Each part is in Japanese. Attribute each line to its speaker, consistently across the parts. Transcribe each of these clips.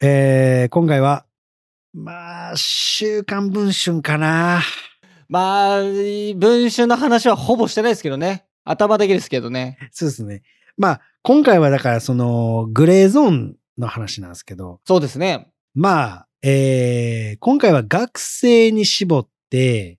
Speaker 1: えー、今回は、まあ、週刊文春かな。
Speaker 2: まあ、文春の話はほぼしてないですけどね。頭だけですけどね。
Speaker 1: そうですね。まあ、今回はだから、その、グレーゾーンの話なんですけど、
Speaker 2: そうですね。
Speaker 1: まあ、えー、今回は学生に絞って、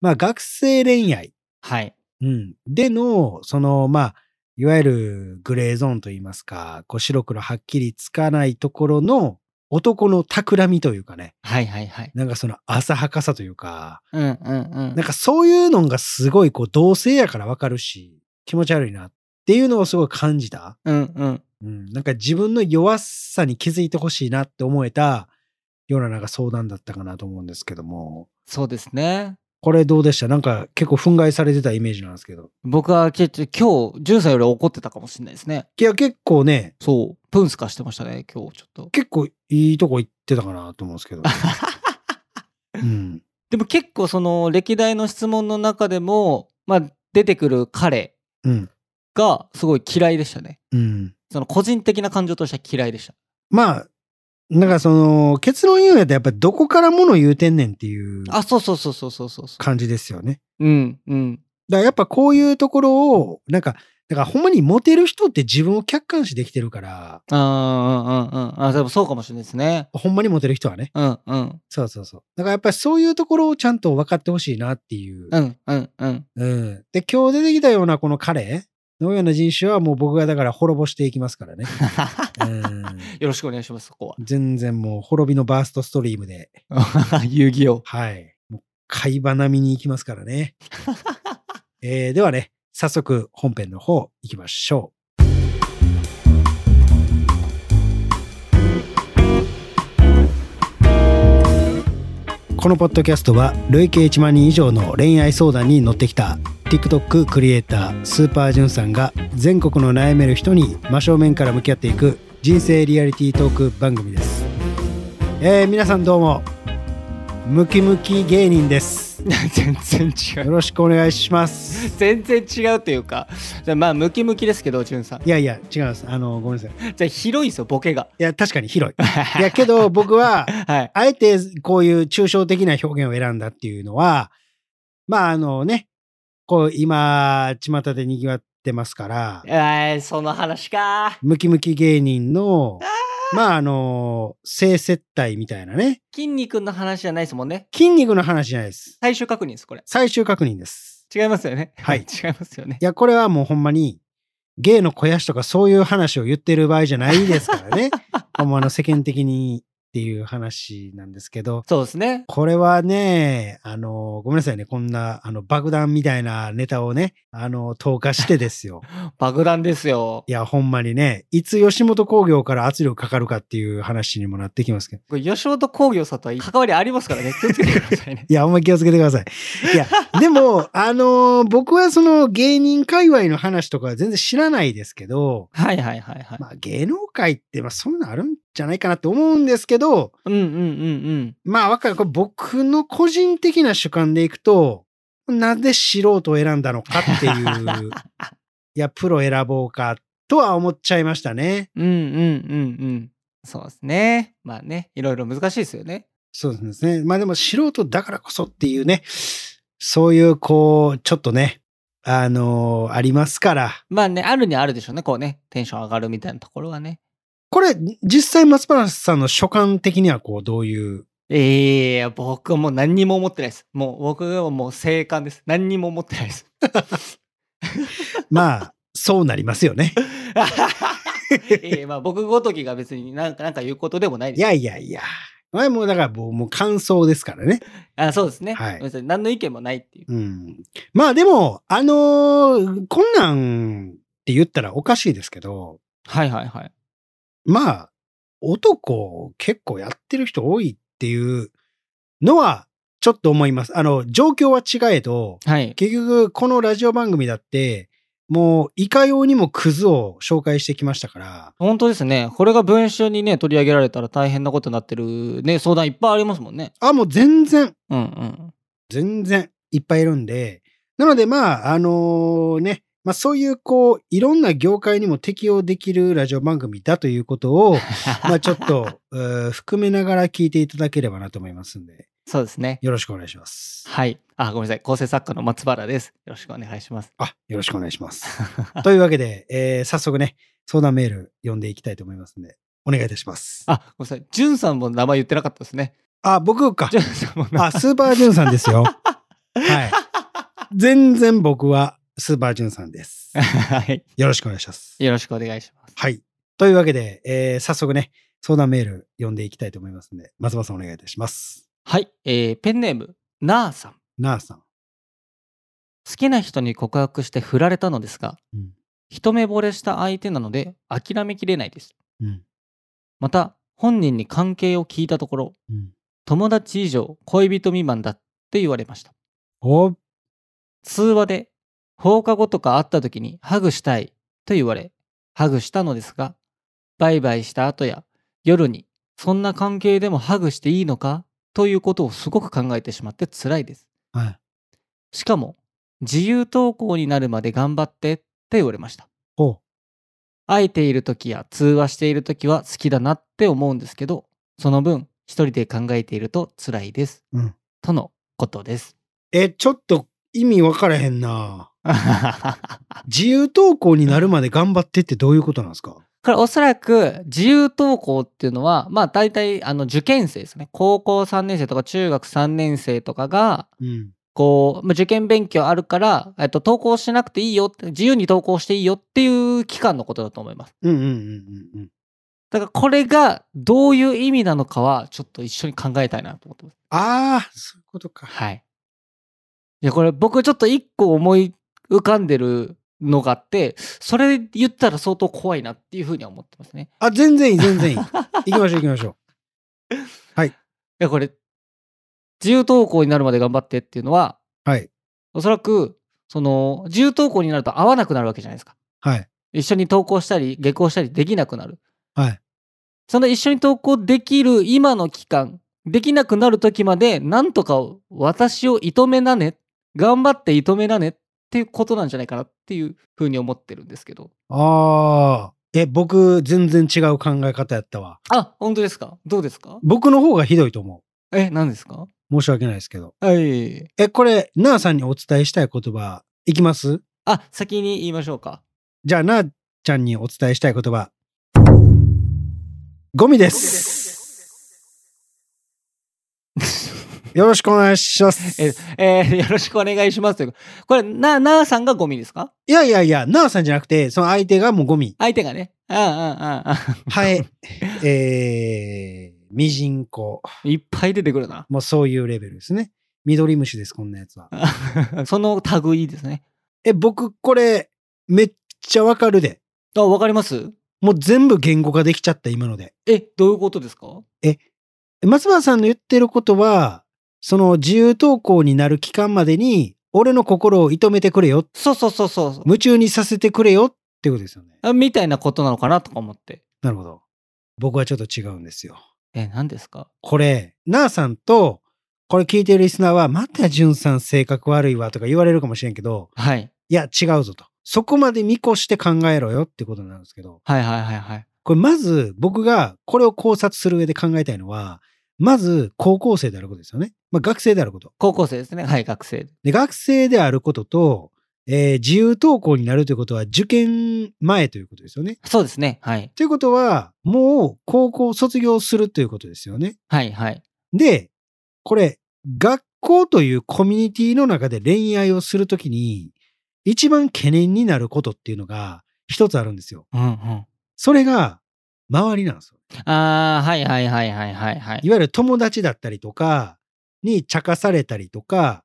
Speaker 1: まあ、学生恋愛、
Speaker 2: はい。
Speaker 1: うん、での、その、まあ、いわゆるグレーゾーンといいますか、こう白黒はっきりつかないところの男の企みというかね、
Speaker 2: はいはいはい。
Speaker 1: なんかその浅はかさというか、
Speaker 2: うんうんう
Speaker 1: なん
Speaker 2: ん。
Speaker 1: かそういうのがすごいこう同性やからわかるし、気持ち悪いなっていうのをすごい感じた。
Speaker 2: うんうん。
Speaker 1: うん。なんか自分の弱さに気づいてほしいなって思えたようななんか相談だったかなと思うんですけども、
Speaker 2: そうですね。
Speaker 1: これどうでしたなんか結構憤慨されてたイメージなんですけど。
Speaker 2: 僕は結局今日、ジュンさんより怒ってたかもしれないですね。
Speaker 1: いや、結構ね、
Speaker 2: そう。プンスカしてましたね、今日ちょっと。
Speaker 1: 結構いいとこ行ってたかなと思うんで すけど。うん。
Speaker 2: でも結構その歴代の質問の中でも、まあ出てくる彼
Speaker 1: うん。
Speaker 2: がすごい嫌いでしたね。
Speaker 1: うん。
Speaker 2: その個人的な感情としては嫌いでした。
Speaker 1: まあ、なんかその結論言うんやったらやっぱりどこからもの言うてんねんっていう
Speaker 2: あ、そうそうそうそうそうそうそ
Speaker 1: 感じですよね。
Speaker 2: う。うんうん。
Speaker 1: だからやっぱこういうところを、なんか、だからほんまにモテる人って自分を客観視できてるから、
Speaker 2: ああ、うんうんうん。あ、でもそうかもしれないですね。
Speaker 1: ほんまにモテる人はね。
Speaker 2: うんうん。
Speaker 1: そうそうそう。だからやっぱりそういうところをちゃんと分かってほしいなっていう。
Speaker 2: うんうんうん。
Speaker 1: うん。で、今日出てきたようなこの彼のような人種はもう僕がだから滅ぼしていきますからね。うん。
Speaker 2: よろしくお願いします、そこ
Speaker 1: 全然もう滅びのバーストストリームで、
Speaker 2: は。 遊戯王。
Speaker 1: はい。もう会話並みに行きますからね。 えーではね、早速本編の方行きましょう。このポッドキャストは累計1万人以上の恋愛相談に乗ってきた TikTok クリエイタースーパージュンさんが全国の悩める人に真正面から向き合っていく人生リアリティートーク番組です。えー皆さんどうもムキムキ芸人です。
Speaker 2: 全然違
Speaker 1: よ
Speaker 2: う。
Speaker 1: ろしくお願いします。
Speaker 2: 全然違うというか、じゃあまあ、ムキムキですけど、じゅんさん。
Speaker 1: いやいや、違います。あの、ごめんなさい。い
Speaker 2: じゃあ、広いんですよ、ボケ が。
Speaker 1: や、確かに広い。いや、けど僕は、
Speaker 2: はい。
Speaker 1: あえてこういう抽象的な表現を選んだっていうのは、まあ、あのね、こう、今、巷で賑わってますから、
Speaker 2: えー、その話か。
Speaker 1: ムキムキ芸人の、まあ、あの、性接待みたいなね、
Speaker 2: 筋肉の話じゃないですもんね。
Speaker 1: 筋肉の話じゃないです。
Speaker 2: 最終確認です、これ。
Speaker 1: 最終確認です。
Speaker 2: 違いますよね。
Speaker 1: はい
Speaker 2: 違いますよね。
Speaker 1: いや、これはもうほんまに、芸の肥やしとかそういう話を言ってる場合じゃないですからね。ほんまあの世間的にっていう話なんですけど、
Speaker 2: そうですね。
Speaker 1: これはね、あの、ごめんなさいね、こんな、あの、爆弾みたいなネタをね、あの、投下してですよ。
Speaker 2: 爆弾ですよ
Speaker 1: い。や、ほんまにね、いつ吉本興業から圧力かかるかっていう話にもなってきますけど。。
Speaker 2: これ吉本興業さんとは関わりありますからね。気をつけてください ね
Speaker 1: いや、ほんま気をつけてください。いや、でも、あの、僕はその芸人界隈の話とかは全然知らないですけど、
Speaker 2: はいはいはいはい。
Speaker 1: まあ芸能界って、まあそういうのあるんじゃないかなって思うんですけど、
Speaker 2: うんうんうん
Speaker 1: まあ、わかる。これ僕の個人的な主観でいくと、なぜ素人を選んだのかっていう、いや、プロ選ぼうかとは思っちゃいましたね。
Speaker 2: うん。うんうんうんうん。そうですね。まあね、いろいろ難しいですよね。
Speaker 1: そうですね。まあでも素人だからこそっていうね、そういう、こう、ちょっとね、あのーありますから。
Speaker 2: まあね、あるにはあるでしょうね。こうね、テンション上がるみたいなところはね。
Speaker 1: これ、実際松原さんの所感的にはこう、どういう、
Speaker 2: ええ僕はもう何にも思ってないです。もう僕はもう生還です。何にも思ってない です。
Speaker 1: まあ、そうなりますよね。
Speaker 2: ええまあ僕ごときが別になんかなんか言うことでもない
Speaker 1: い
Speaker 2: です。
Speaker 1: やいやいや。まあもうだからもうもう感想ですからね。
Speaker 2: あそうですね。
Speaker 1: はい
Speaker 2: 別に何の意見もないっていう。
Speaker 1: うんまあでも、あのーこんなんって言ったらおかしいですけど、
Speaker 2: はいはいはい。
Speaker 1: まあ、男結構やってる人多いっていうのはちょっと思います。あの、状況は違えど、
Speaker 2: はい。
Speaker 1: 結局このラジオ番組だって、もういかようにもクズを紹介してきましたから、
Speaker 2: 本当ですね。これが文春にね、取り上げられたら大変なことになってるね、相談いっぱいありますもんね。
Speaker 1: あ、もう全然、
Speaker 2: うんうん。
Speaker 1: 全然いっぱいいるんで、なのでまあ、あのーね、まあそういうこう、いろんな業界にも適用できるラジオ番組だということ を、まあちょっと、えー含めながら聞いていただければなと思いますんで、
Speaker 2: そうですね。
Speaker 1: よろしくお願いします。
Speaker 2: はい。あ、ごめんなさい。構成作家の松原です。よろしくお願いします。
Speaker 1: あ、よろしくお願いし ます。というわけで、えー早速ね、相談メール読んでいきたいと思いますんで、お願いいたします。
Speaker 2: あ、ごめんなさい。じゅんさんも名前言ってなかったですね。
Speaker 1: あ、僕か
Speaker 2: じ。ゅんさんも名前
Speaker 1: あ、スーパージュンさんですよ。はい。全然僕はスーパージュンさんです。
Speaker 2: はい。
Speaker 1: よろしくお願いします。
Speaker 2: よろしくお願いします。
Speaker 1: はい。というわけで、えー早速ね、相談メール読んでいきたいと思いますので、松葉さんお願いいたします。
Speaker 2: はい。えーペンネーム、なあさん。
Speaker 1: なあさん。
Speaker 2: 好きな人に告白して振られたのですが、
Speaker 1: うん
Speaker 2: 一目惚れした相手なので諦めきれないです。
Speaker 1: うん。
Speaker 2: また、本人に関係を聞いたところ、
Speaker 1: うん。
Speaker 2: 友達以上恋人未満だって言われました。
Speaker 1: お
Speaker 2: 通話で放課後とか会った時にハグしたいと言われハグしたのですがバイバイした後や夜にそんな関係でもハグしていいのかということをすごく考えてしまって辛いです
Speaker 1: はい。
Speaker 2: しかも自由登校になるまで頑張ってって言われました
Speaker 1: おう。
Speaker 2: 会えている時や通話している時は好きだなって思うんですけどその分一人で考えていると辛いです、
Speaker 1: うん
Speaker 2: とのことです
Speaker 1: え、ちょっと意味分からへんな自由投稿になるまで頑張ってってどういうことなんですか
Speaker 2: これおそらく自由登校っていうのはまあ大体あの受験生ですね高校3年生とか中学3年生とかが
Speaker 1: うん。
Speaker 2: こうまあ受験勉強あるから、えっと、登校しなくていいよって自由に登校していいよっていう期間のことだと思います
Speaker 1: うんうんうんうんうん。
Speaker 2: だからこれがどういう意味なのかはちょっと一緒に考えたいなと思ってます
Speaker 1: ああ、そういうことか。
Speaker 2: はいいやこれ僕ちょっと一個思い浮かんでるのがあってそれ言ったら相当怖いなっていうふうには思ってますね
Speaker 1: あ、全然いい、全 然いい。行きましょう、行きましょう。
Speaker 2: いや、これ、自由登校になるまで頑張ってっていうのは、
Speaker 1: はい。
Speaker 2: おそらく、その、自由登校になると会わなくなるわけじゃないですか。
Speaker 1: はい。
Speaker 2: 一緒に登校したり、下校したりできなくなる。
Speaker 1: はい。
Speaker 2: その一緒に登校できる今の期間、できなくなる時まで、なんとか私を射止めなね、頑張って射止めなねっていうことなんじゃないかなっていうふうに思ってるんですけど。
Speaker 1: ああ。え、僕、全然違う考え方やったわ。
Speaker 2: あ、本当ですかどうですか
Speaker 1: 僕の方がひどいと思
Speaker 2: え、何ですか
Speaker 1: う。申し訳ないですけど。
Speaker 2: はい。
Speaker 1: え、これ、なあさんにお伝えしたい言葉、いきます
Speaker 2: あ、先に言いましょうか。
Speaker 1: じゃあ、なあちゃんにお伝えしたい言葉。ゴミ です。よろしくお願いします。
Speaker 2: え、えー よろしくお願いしますというかこれ、な、なあさんがゴミですか
Speaker 1: いやいやいや、なあさんじゃなくて、その相手がもうゴ ミ。
Speaker 2: 相手がね。ああ、ああ、あ
Speaker 1: ハエ、えー、ミジンコ。
Speaker 2: あ。 いっぱい出てくるな。
Speaker 1: もうそういうレベルですね。ミドリムシです、こんなやつは。
Speaker 2: その類いですね。
Speaker 1: え、僕、これ、めっちゃわかるで。
Speaker 2: あ、わかります
Speaker 1: もう全部言語化できちゃった、今ので。
Speaker 2: え、どういうことですか
Speaker 1: 松原さんの言ってることは、その自由投稿になる期間までに、俺の心を射止めてくれよ、
Speaker 2: そうそうそうそう
Speaker 1: 夢中にさせてくれよってことですよね。
Speaker 2: あ。みたいなことなのかなとか思って。
Speaker 1: なるほど。僕はちょっと違うんですよ。
Speaker 2: え、何ですか
Speaker 1: これ、なあさんと、これ聞いてるリスナーは、またじゅんさん性格悪いわとか言われるかもしれんけど、
Speaker 2: はい。
Speaker 1: いや、違うぞと。そこまで見越して考えろよってことなんですけど、
Speaker 2: はいはいはいはい。
Speaker 1: これまず僕がこれを考察する上で考えたいのは、まず高校生であることですよね。まあ学生であること。
Speaker 2: 高校生ですね。はい、学生。
Speaker 1: で学生であることと、えー自由登校になるということは受験前ということですよね。
Speaker 2: そうですね。はい。
Speaker 1: ということは、もう高校を卒業するということですよね。
Speaker 2: はいはい。
Speaker 1: で、これ、学校というコミュニティの中で恋愛をするときに、一番懸念になることっていうのが一つあるんですよ。
Speaker 2: うんうん。
Speaker 1: それが、周りなんですよ。
Speaker 2: あー、はいはいはいはいはいはい。
Speaker 1: いわゆる友達だったりとか、に茶化されたりとか、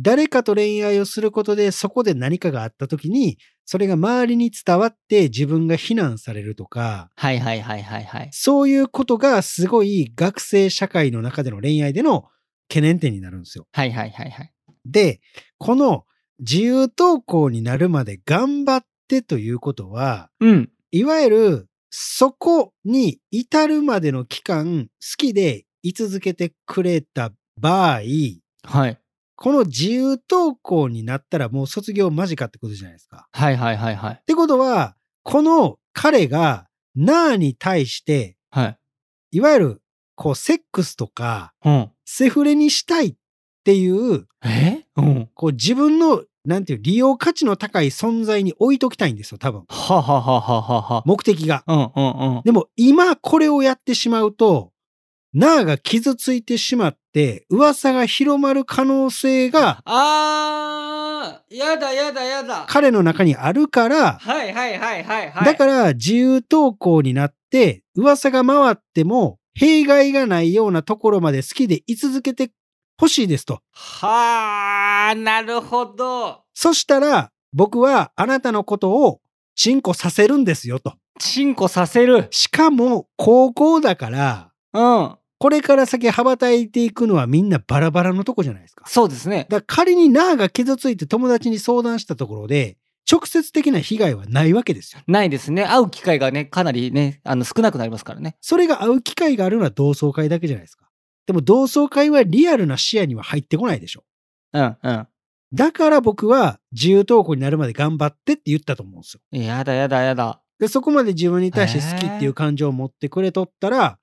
Speaker 1: 誰かと恋愛をすることでそこで何かがあった時に、それが周りに伝わって自分が非難されるとか、
Speaker 2: はいはいはいはいはい。
Speaker 1: そういうことがすごい学生社会の中での恋愛での懸念点になるんですよ。
Speaker 2: はいはいはいはい。
Speaker 1: で、この自由投稿になるまで頑張ってということは、
Speaker 2: うん。
Speaker 1: いわゆるそこに至るまでの期間、好きで居続けてくれた場合、
Speaker 2: はい。
Speaker 1: この自由登校になったらもう卒業間近ってことじゃないですか。
Speaker 2: はいはいはいはい
Speaker 1: っ。てことは、この彼がナーに対して、
Speaker 2: はい。
Speaker 1: いわゆるこうセックスとか
Speaker 2: うん。
Speaker 1: セフレにしたいっていう、
Speaker 2: えうん。
Speaker 1: こう自分のなんていう利用価値の高い存在に置いときたいんですよ、多分。
Speaker 2: はははははは。
Speaker 1: 目的が。
Speaker 2: うんうんうん。
Speaker 1: でも今これをやってしまうと、ナーが傷ついてしまって、噂が広まる可能性が
Speaker 2: あー、やだやだやだ。
Speaker 1: 彼の中にあるから、
Speaker 2: はいはいはいはいはい。
Speaker 1: だから自由投稿になって、噂が回っても、弊害がないようなところまで好きで居続けてほしいですと。
Speaker 2: はー、なるほど。
Speaker 1: そしたら、僕はあなたのことを、チンコさせるんですよと。
Speaker 2: チンコさせる。
Speaker 1: しかも、高校だから、
Speaker 2: うん。
Speaker 1: これから先羽ばたいていくのはみんなバラバラのとこじゃないですか。
Speaker 2: そうですね。
Speaker 1: だから仮にナーが傷ついて友達に相談したところで、直接的な被害はないわけですよ。
Speaker 2: ないですね。会う機会がね、かなりね、あの、少なくなりますからね。
Speaker 1: それが会う機会があるのは同窓会だけじゃないですか。でも同窓会はリアルな視野には入ってこないでしょ。
Speaker 2: うんうん。
Speaker 1: だから僕は自由投稿になるまで頑張ってって言ったと思うんですよ。
Speaker 2: やだやだやだ。
Speaker 1: で、そこまで自分に対して好きっていう感情を持ってくれとったら、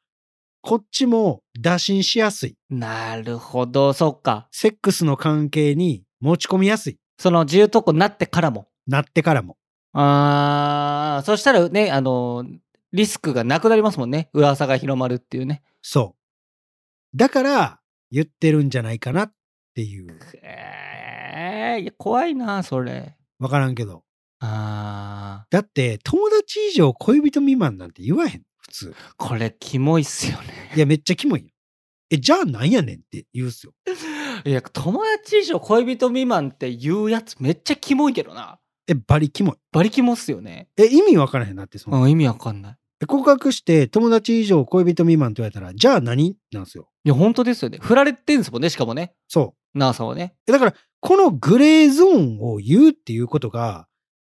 Speaker 1: こっちも打診しやすい。
Speaker 2: なるほど、そっか。
Speaker 1: セックスの関係に持ち込みやすい。
Speaker 2: その自由特攻になってからも。
Speaker 1: なってからも。
Speaker 2: あー、そしたらね、あの、リスクがなくなりますもんね。噂が広まるっていうね。
Speaker 1: そう。だから言ってるんじゃないかなっていう。
Speaker 2: えーいや、怖いな、それ。
Speaker 1: わからんけど。
Speaker 2: あ
Speaker 1: だって友達以上恋人未満なんて言わへん。普通。
Speaker 2: ー、これ、キモいっすよね。
Speaker 1: いや、めっちゃキモいよ。え、じゃあなんやねんって言うっすよ。
Speaker 2: いや、友達以上恋人未満って言うやつめっちゃキモいけどな。
Speaker 1: え、バリキモい。
Speaker 2: バリキモっすよね。
Speaker 1: え、意味わからへんなって、その。
Speaker 2: うん、意味わかんない。
Speaker 1: え告白して友達以上恋人未満って言われたら、じゃあ何なんですよ。
Speaker 2: いや、本当ですよね。振られてんすもんね、しかもね。
Speaker 1: そう。
Speaker 2: なあさんはね。
Speaker 1: えだから、このグレーゾーンを言うっていうことが、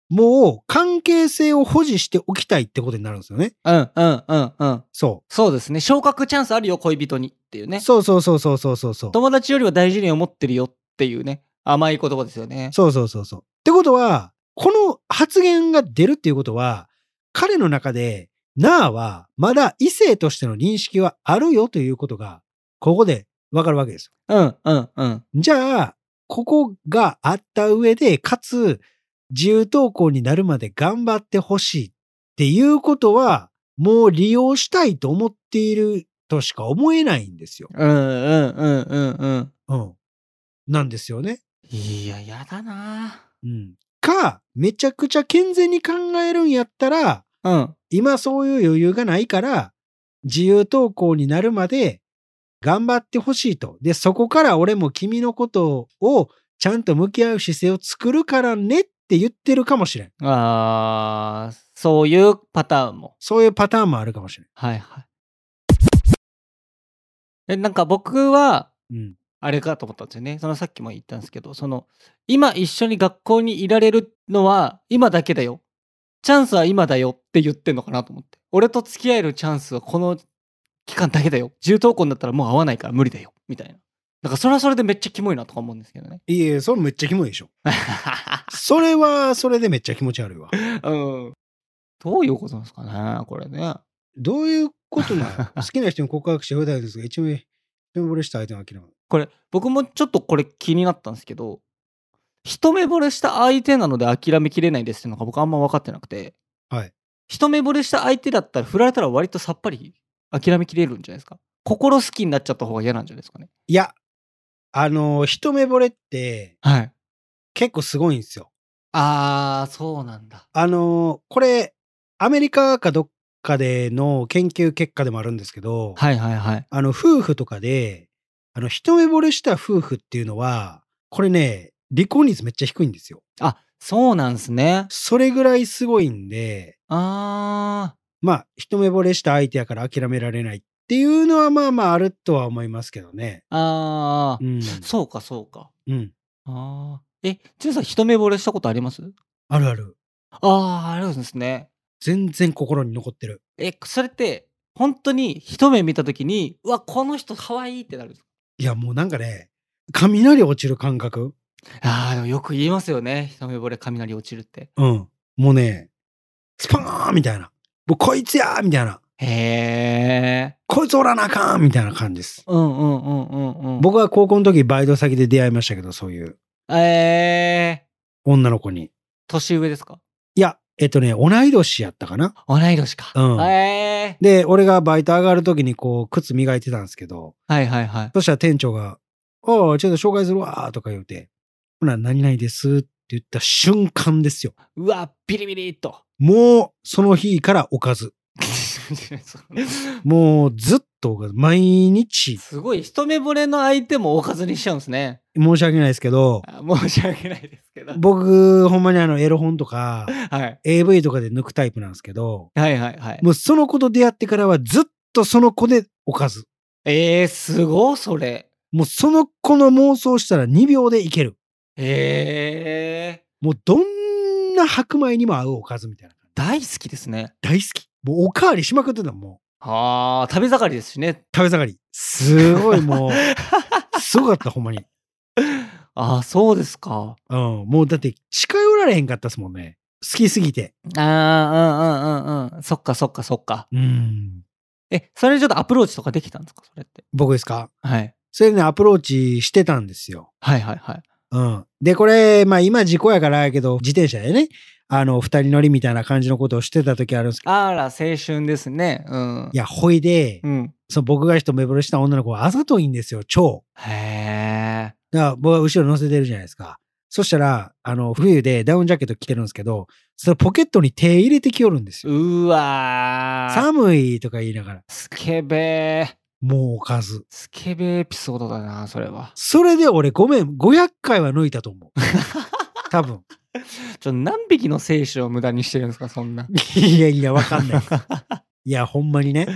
Speaker 1: もう関係性を保持しておきたいってことになるんですよね。
Speaker 2: うん、うん、うん、うん。
Speaker 1: そ
Speaker 2: そうですね。昇格チャンスあるよ、恋人に。っていう
Speaker 1: う。
Speaker 2: ね。
Speaker 1: そうそうそうそうそうそうそう。
Speaker 2: 友達よりは大事に思ってるよっていうね。甘い言葉ですよね。
Speaker 1: そうそうそうそう。ってことは、この発言が出るっていうことは、彼の中で、ナーはまだ異性としての認識はあるよということが、ここでわかるわけです
Speaker 2: うん、うん、うん。
Speaker 1: よ。じゃあ、ここがあった上で、かつ、自由投稿になるまで頑張ってほしいっていうことは、もう利用したいと思っているとしか思えないんですよ。
Speaker 2: うん、うん、うん、うん、うん。
Speaker 1: うん。なんですよね。
Speaker 2: いや、やだな
Speaker 1: うん、か、めちゃくちゃ健全に考えるんやったら、
Speaker 2: うん。
Speaker 1: 今そういう余裕がないから、自由投稿になるまで頑張ってほしいと。で、そこから俺も君のことをちゃんと向き合う姿勢を作るからねって言ってるかもしれん。
Speaker 2: あー、そういうパターンも。
Speaker 1: そういうパターンもあるかもしれ
Speaker 2: はいはい。え、なんか僕は、
Speaker 1: ん。うん。
Speaker 2: あれかと思ったんですよね。そのさっきも言ったんですけど、その、今一緒に学校にいられるのは今だけだよ。チャンスは今だよって言ってんのかなと思って。俺と付き合えるチャンスはこの期間だけだよ。重投稿になったらもう会わないから無理だよ。みたいな。なんかそれはそれでめっちゃキモいなとか思うんですけど ね。
Speaker 1: いえ、それめっちゃキモいでしょ。それは、それでめっちゃ気持ち悪いわ。
Speaker 2: うん。どういうことなんですかね、これね。
Speaker 1: どういうことな の好きな人に告白して普段ですが、一目、一目惚れした相手は諦める。
Speaker 2: これ僕もちょっとこれ気になったんですけど一目惚れした相手なので諦めきれないですっていうのが僕あんま分かってなくて、
Speaker 1: はい、
Speaker 2: 一目惚れした相手だったら振られたら割とさっぱり諦めきれるんじゃないですか心好きになっちゃった方が嫌なんじゃないですかね
Speaker 1: いや、あの、一目惚れって
Speaker 2: はい
Speaker 1: 結構すごいんですよ。
Speaker 2: あーそうなんだ
Speaker 1: あの、これ、アメリカかどっかでの研究結果でもあるんですけど、
Speaker 2: はいはいはい
Speaker 1: あの、夫婦とかで、あの、一目惚れした夫婦っていうのは、これね、離婚率めっちゃ低いんですよ。
Speaker 2: あそうなんすね
Speaker 1: それぐらいすごいんで、
Speaker 2: あ
Speaker 1: まあ、一目惚れした相手やから諦められないっていうのは、まあまああるとは思いますけどね。
Speaker 2: ーあー、
Speaker 1: うん。
Speaker 2: そうかそうか
Speaker 1: うん。
Speaker 2: あーえジュンさん一目惚れしたことあります
Speaker 1: あるある。
Speaker 2: あーあるんですね
Speaker 1: 全然心に残ってる。
Speaker 2: えそれって本当に一目見た時にうわこの人可愛いってなるんです
Speaker 1: いや、もうなんかね、雷落ちる感覚
Speaker 2: ああ、でもよく言いますよね。一目惚れ雷落ちるって。
Speaker 1: うん。もうね、スパーンみたいな。もうこいつやーみたいな。
Speaker 2: へえ。
Speaker 1: こいつおらなあかんみたいな感じです。
Speaker 2: うんうんうんうんうん。
Speaker 1: 僕は高校の時バイト先で出会いましたけど、そういう
Speaker 2: ええ。
Speaker 1: 女の子に。
Speaker 2: 年上ですか
Speaker 1: いや、えっとね、同い年やったかな。
Speaker 2: 同い年か。
Speaker 1: うん
Speaker 2: ええ。
Speaker 1: で、俺がバイト上がる時にこう、靴磨いてたんですけど、
Speaker 2: はいはいはい。
Speaker 1: そしたら店長が、おうちょっと紹介するわーとか言うて、ほな、何々ですって言った瞬間ですよ。
Speaker 2: うわ、ビリビリっと。
Speaker 1: もう、その日からおかず。もう、ずっとおかず。毎日、
Speaker 2: すごい、一目惚れの相手もおかずにしちゃうんですね。
Speaker 1: 申し訳ないですけど、
Speaker 2: あ申し訳ないですけど。
Speaker 1: 僕、ほんまにあの、エロ本とか、
Speaker 2: はい。
Speaker 1: AV とかで抜くタイプなんですけど、
Speaker 2: はいはいはい。
Speaker 1: もうその子と出会ってからはずっとその子でおかず。
Speaker 2: えー、すごい、それ。
Speaker 1: もうその子の妄想したら2秒でいける。
Speaker 2: えー、
Speaker 1: もうどんな白米にも合うおかずみたいな。
Speaker 2: 大好きですね。
Speaker 1: 大好き。もうおかわりしまくってたも
Speaker 2: あー、食べ盛りですしね。
Speaker 1: う食べ盛り。すごいもう、すごかったほんまに。
Speaker 2: あー、そうですか。
Speaker 1: うん。もうだって近寄られへんかったですもんね。好きすぎて。
Speaker 2: あー、うんうんうんうん。そっかそっかそっか。
Speaker 1: うん。
Speaker 2: え、それちょっとアプローチとかできたんですかそれって。
Speaker 1: 僕ですか
Speaker 2: はい。
Speaker 1: それでね、アプローチしてたんですよ。
Speaker 2: はいはいはい。
Speaker 1: うん。で、これ、まあ今事故やからやけど、自転車でね、あの、二人乗りみたいな感じのことをしてた時あるんですけど、
Speaker 2: あら、青春ですね。うん。
Speaker 1: いや、ほいで、
Speaker 2: うん。
Speaker 1: その僕が一目惚れした女の子はあざといんですよ、超。
Speaker 2: へ
Speaker 1: だから僕は後ろ乗せてるじゃないですか。そしたら、あの、冬でダウンジャケット着てるんですけど、そのポケットに手入れてきよるんです
Speaker 2: ー。
Speaker 1: よ。
Speaker 2: うわー。
Speaker 1: 寒いとか言いながら、
Speaker 2: スケベー。
Speaker 1: もうおかず。
Speaker 2: スケベエピソードだな、それは。
Speaker 1: それで俺ごめん、500回は抜いたと 思う。多分。
Speaker 2: ちょ、何匹の精子を無駄にしてるんですか、そんな。
Speaker 1: いやいや、わかんない。いや、ほんまにね。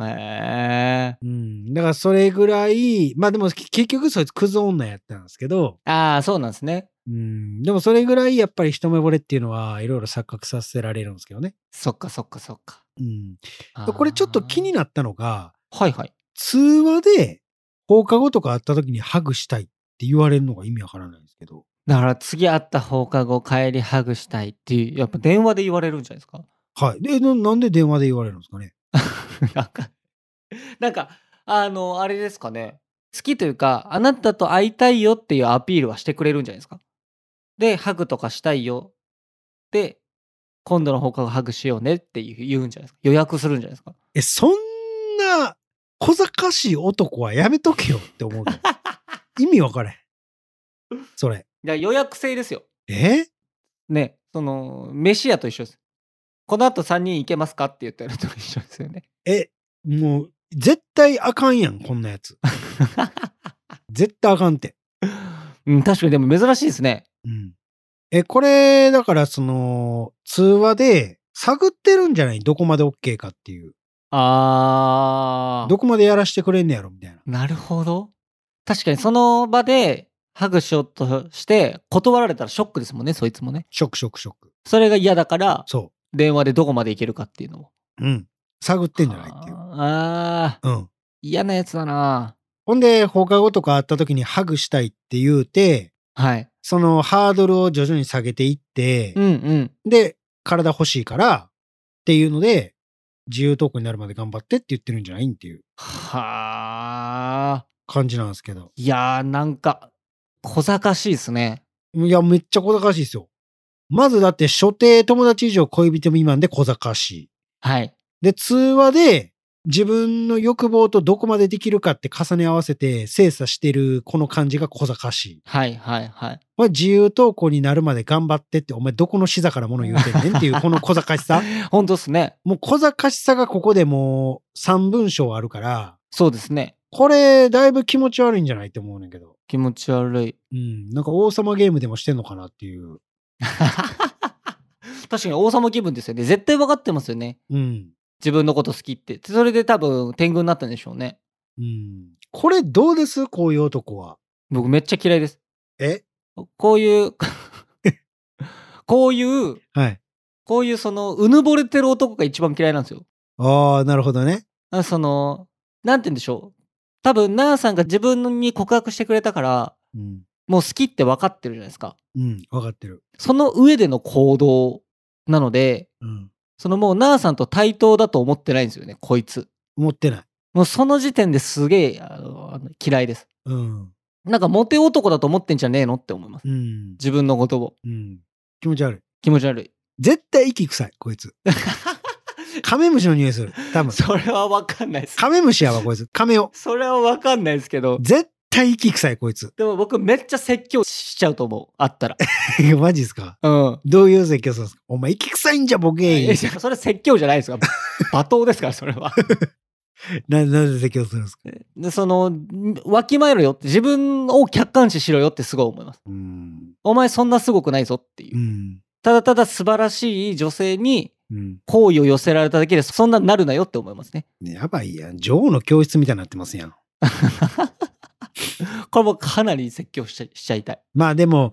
Speaker 2: へえ。
Speaker 1: うん。だからそれぐらい、まあでもき結局そいつクズ女やったんですけど、
Speaker 2: ああ、そうなんですね。
Speaker 1: うん。でもそれぐらいやっぱり一目惚れっていうのはいろいろ錯覚させられるんですけどね。
Speaker 2: そっかそっかそっか。
Speaker 1: うん。
Speaker 2: あ
Speaker 1: で
Speaker 2: ー
Speaker 1: これちょっと気になったのが、
Speaker 2: はいはい。
Speaker 1: 通話で放課後とか会った時にハグしたいって言われるのが意味わからないんですけど。
Speaker 2: だから次会った放課後帰りハグしたいっていう、やっぱ電話で言われるんじゃないですか。
Speaker 1: はい。で、ななんで電話で言われるんですかね。
Speaker 2: なんか、なんか、あの、あれですかね。好きというか、あなたと会いたいよっていうアピールはしてくれるんじゃないですか。で、ハグとかしたいよ。で、今度の放課後ハグしようねっていう言うんじゃないですか。予約するんじゃないですか。
Speaker 1: え、そんな小賢しい男はやめとけよって思うけど。意味わからへん。それ。
Speaker 2: いや予約制ですよ。
Speaker 1: え
Speaker 2: ね、その、飯屋と一緒です。この後3人行けますかって言ったの と一緒ですよね。
Speaker 1: え、もう、絶対あかんやん、こんなや つ。絶対あかんって。
Speaker 2: うん、確かにでも珍しいですね。
Speaker 1: うん。え、これ、だから、その、通話で探ってるんじゃないどこまで OK かっていう。
Speaker 2: あー。
Speaker 1: どこまでやらしてくれんねやろみたいな。
Speaker 2: なるほど。確かにその場でハグしようとして断られたらショックですもんね、そいつもね。
Speaker 1: ショックショックショック。
Speaker 2: それが嫌だから、
Speaker 1: そ
Speaker 2: 電話でどこまで行けるかっていうのを。
Speaker 1: う。うん。探ってんじゃないっていう。
Speaker 2: あ
Speaker 1: う
Speaker 2: ー、
Speaker 1: ん。
Speaker 2: 嫌なやつだな。
Speaker 1: ほんで、放課後とか会った時にハグしたいって言うて、
Speaker 2: はい。
Speaker 1: そのハードルを徐々に下げていって
Speaker 2: うん、うん。
Speaker 1: で、体欲しいからっていうので、自由投稿になるまで頑張ってって言ってるんじゃないんっていう
Speaker 2: はー。
Speaker 1: 感じなんですけど。
Speaker 2: いやー、なんか、小賢しいですね。
Speaker 1: いや、めっちゃ小賢しいですよ。まずだって、所定友達以上恋人未満で小賢しい。
Speaker 2: はい。
Speaker 1: で、通話で自分の欲望とどこまでできるかって重ね合わせて精査してるこの感じが小賢しい。
Speaker 2: はいはいはい。
Speaker 1: これ自由投稿になるまで頑張ってって、お前どこの視座から物言うてんねんっていうこの小賢しさ。
Speaker 2: ほんとっすね。
Speaker 1: もう小賢しさがここでもう3文章あるから、
Speaker 2: そうですね。
Speaker 1: これだいぶ気持ち悪いんじゃないって思うねんけど。
Speaker 2: 気持ち悪い。
Speaker 1: うん。なんか王様ゲームでもしてんのかなっていう。
Speaker 2: 確かに王様気分ですよね。絶対分かってますよね。
Speaker 1: うん。
Speaker 2: 自分のこと好きって。それで多分天狗になったんでしょうね。
Speaker 1: うん。これどうですこういう男は。
Speaker 2: 僕めっちゃ嫌いです。
Speaker 1: え
Speaker 2: こういう、 こういう、
Speaker 1: はい。
Speaker 2: こういうその、うぬぼれてる男が一番嫌いなんですよ。
Speaker 1: ああ、なるほどね。
Speaker 2: あその、なんて言うんでしょう。多分、ナーさんが自分に告白してくれたから、
Speaker 1: うん。
Speaker 2: もう好きって分かってるじゃないですか。
Speaker 1: うん。わかってる。
Speaker 2: その上での行動なので、
Speaker 1: うん。
Speaker 2: そのもうナーさんと対等だと思ってないんですよね、こいつ。
Speaker 1: 思ってない。
Speaker 2: もうその時点ですげえあのあの嫌いです。
Speaker 1: うん。
Speaker 2: なんかモテ男だと思ってんじゃねえのって思います。
Speaker 1: うん。
Speaker 2: 自分のことを。
Speaker 1: うん。気持ち悪い。
Speaker 2: 気持ち悪い。
Speaker 1: 絶対息臭い、こいつ。 カメムシの匂いする。多分。
Speaker 2: それは分かんないです。
Speaker 1: カメムシやわ、こいつ。カメオ。
Speaker 2: それは分かんないですけど、
Speaker 1: 絶対息臭い、こいつ。
Speaker 2: でも僕めっちゃ説教しちゃうと思う。あったら。
Speaker 1: マジですか
Speaker 2: うん。
Speaker 1: どういう説教するんですかお前、息臭いんじゃ、ボ
Speaker 2: いや
Speaker 1: ケ
Speaker 2: いやそれ説教じゃないですか。罵倒ですから、それは。
Speaker 1: な、なぜ説教するんですか
Speaker 2: で、その、わきまえろよって、自分を客観視しろよってすごい思います。
Speaker 1: うん。
Speaker 2: お前そんなすごくないぞっていう
Speaker 1: う。ん。
Speaker 2: ただただ素晴らしい女性に
Speaker 1: うん。
Speaker 2: 好意を寄せられただけで、そんなになるなよって思いますね。
Speaker 1: やばいやん。女王の教室みたいになってますやん。
Speaker 2: これもかなり説教しちゃしちゃいたい。
Speaker 1: まあでも、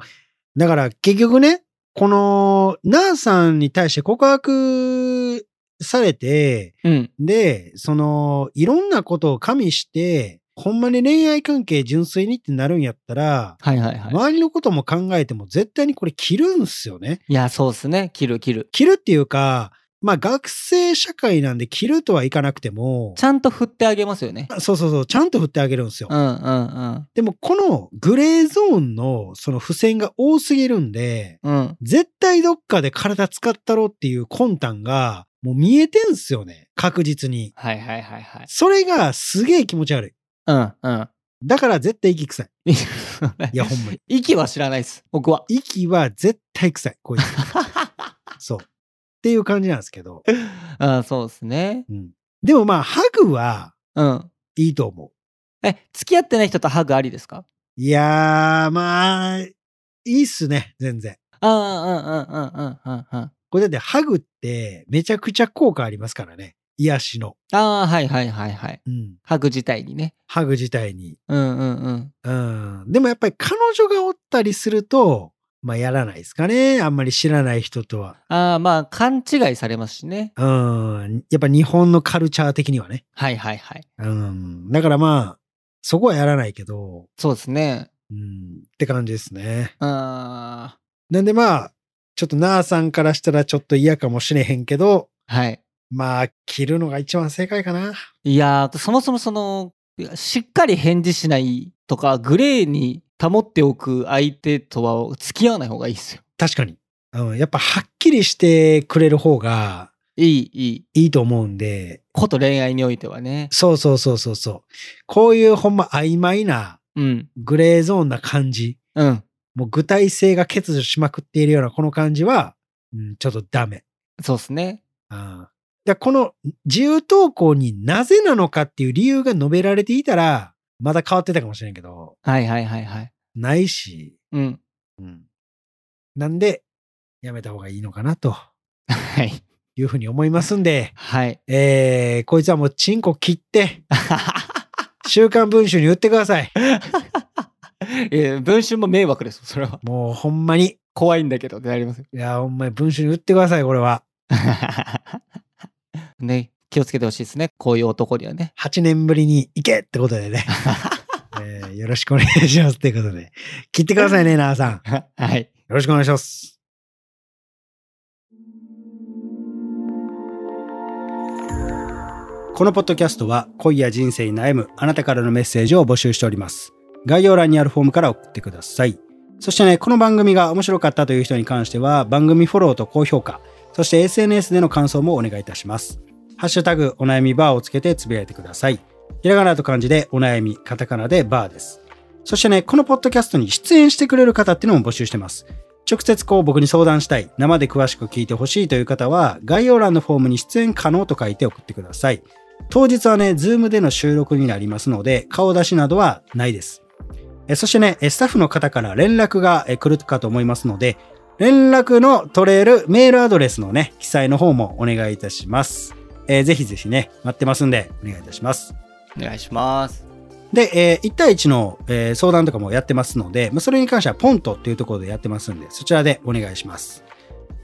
Speaker 1: だから結局ね、この、ナーさんに対して告白されて、
Speaker 2: うん。
Speaker 1: で、その、いろんなことを加味して、ほんまに恋愛関係純粋にってなるんやったら、
Speaker 2: はいはいはい。
Speaker 1: 周りのことも考えても絶対にこれ切るんすよね。
Speaker 2: いや、そうですね。切る切る。
Speaker 1: 切るっていうか、まあ学生社会なんで切るとはいかなくても
Speaker 2: ち、ゃんと振ってあげますよね。
Speaker 1: そうそうそう、ちゃんと振ってあげるんですよ
Speaker 2: う。んうんうん。
Speaker 1: でもこのグレーゾーンのその付箋が多すぎるんで、
Speaker 2: うん。
Speaker 1: 絶対どっかで体使ったろっていう魂胆がもう見えてんすよね。確実に。
Speaker 2: はいはいはいはい。
Speaker 1: それがすげえ気持ち悪い。
Speaker 2: うん うん。
Speaker 1: だから絶対息臭い。いや、ほんまに。
Speaker 2: 息は知らないです。僕は。
Speaker 1: 息は絶対臭い。こいつ。そう。っていう感じなんですけど。
Speaker 2: あそうですね。
Speaker 1: うん、でもまあ、ハグは
Speaker 2: うん。
Speaker 1: いいと思う。
Speaker 2: え、付き合ってない人とハグありですか
Speaker 1: いやー、まあ、いいっすね、全然。
Speaker 2: ああ、うんうんうんうんうんうん。
Speaker 1: これだってハグってめちゃくちゃ効果ありますからね。癒しの。
Speaker 2: ああ、はいはいはいはい。
Speaker 1: うん。
Speaker 2: ハグ自体にね。
Speaker 1: ハグ自体に。
Speaker 2: うんうんうん。
Speaker 1: うん。でもやっぱり彼女がおったりすると、まあやらないですかね。あんまり知らない人とは。
Speaker 2: ああ、まあ、勘違いされますしね。
Speaker 1: うん。やっぱ日本のカルチャー的にはね。
Speaker 2: はいはいはい。
Speaker 1: うん。だからまあ、そこはやらないけど、
Speaker 2: そうですね。
Speaker 1: うん。って感じですね。
Speaker 2: あ
Speaker 1: なんでまあ、ちょっとなあさんからしたらちょっと嫌かもしれへんけど、
Speaker 2: あ、はい。
Speaker 1: まあ、着るのが一番正解かな。
Speaker 2: いやー、そもそもその、しっかり返事しないとか、グレーに保っておく相手とは付き合わない方がいいですよ。
Speaker 1: 確かに。うん、やっぱはっきりしてくれる方が
Speaker 2: いい、いい。
Speaker 1: いいと思うんで、
Speaker 2: こと恋愛においてはね。
Speaker 1: そうそうそうそうそう。こういうほんま曖昧な
Speaker 2: うん。
Speaker 1: グレーゾーンな感じ、
Speaker 2: うん。
Speaker 1: もう具体性が欠如しまくっているようなこの感じは、うん、ちょっとダメ。
Speaker 2: そうですね。
Speaker 1: うんだからこの自由投稿になぜなのかっていう理由が述べられていたら、まだ変わってたかもしれんけど、
Speaker 2: はいはいはいはい。
Speaker 1: ないし、
Speaker 2: うん。
Speaker 1: うん。なんで、やめた方がいいのかなと
Speaker 2: はい。
Speaker 1: いうふうに思いますんで、
Speaker 2: はい。
Speaker 1: えー、こいつはもうチンコ切って、週刊文春に売ってください。
Speaker 2: えー文春も迷惑です。それは。
Speaker 1: もうほんまに。
Speaker 2: 怖いんだけどってなりますよ。
Speaker 1: いや、ほんまに文春に売ってください、これは。
Speaker 2: ね。気をつけてほしいですね。こういう男にはね。
Speaker 1: 8年ぶりに行けってことでね。えーよろしくお願いします。ということで。切ってくださいね、なあさん。よ
Speaker 2: はい。
Speaker 1: ろしくお願いします。このポッドキャストは恋や人生に悩むあなたからのメッセージを募集しております。概要欄にあるフォームから送ってください。そしてね、この番組が面白かったという人に関しては番組フォローと高評価、そして SNS での感想もお願いいたします。ハッシュタグお悩みバーをつけてつぶやいてください。ひらがなと漢字でお悩み、カタカナでバーです。そしてね、このポッドキャストに出演してくれる方っていうのも募集してます。直接こう僕に相談したい、生で詳しく聞いてほしいという方は概要欄のフォームに出演可能と書いて送ってください。当日はね、ズームでの収録になりますので、顔出しなどはないです。えそしてね、えスタッフの方から連絡がえ来るかと思いますので、連絡の取れるメールアドレスのね、記載の方もお願いいたします。えーぜひぜひね、待ってますんで、お願いいたします。
Speaker 2: お願いします。
Speaker 1: で、えー1対1の、えー相談とかもやってますので、まあ、それに関してはポントっていうところでやってますんで、そちらでお願いします。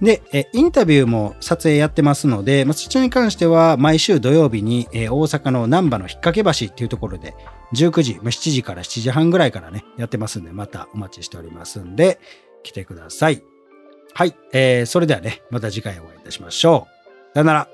Speaker 1: で、えインタビューも撮影やってますので、まあ、そちらに関しては毎週土曜日に、えー大阪の難波の引っ掛け橋っていうところで19時、まあ、7時から7時半ぐらいからね、やってますんで、またお待ちしておりますんで、来てください。はい、えーそれではね、また次回お会いいたしましょう。さよなら。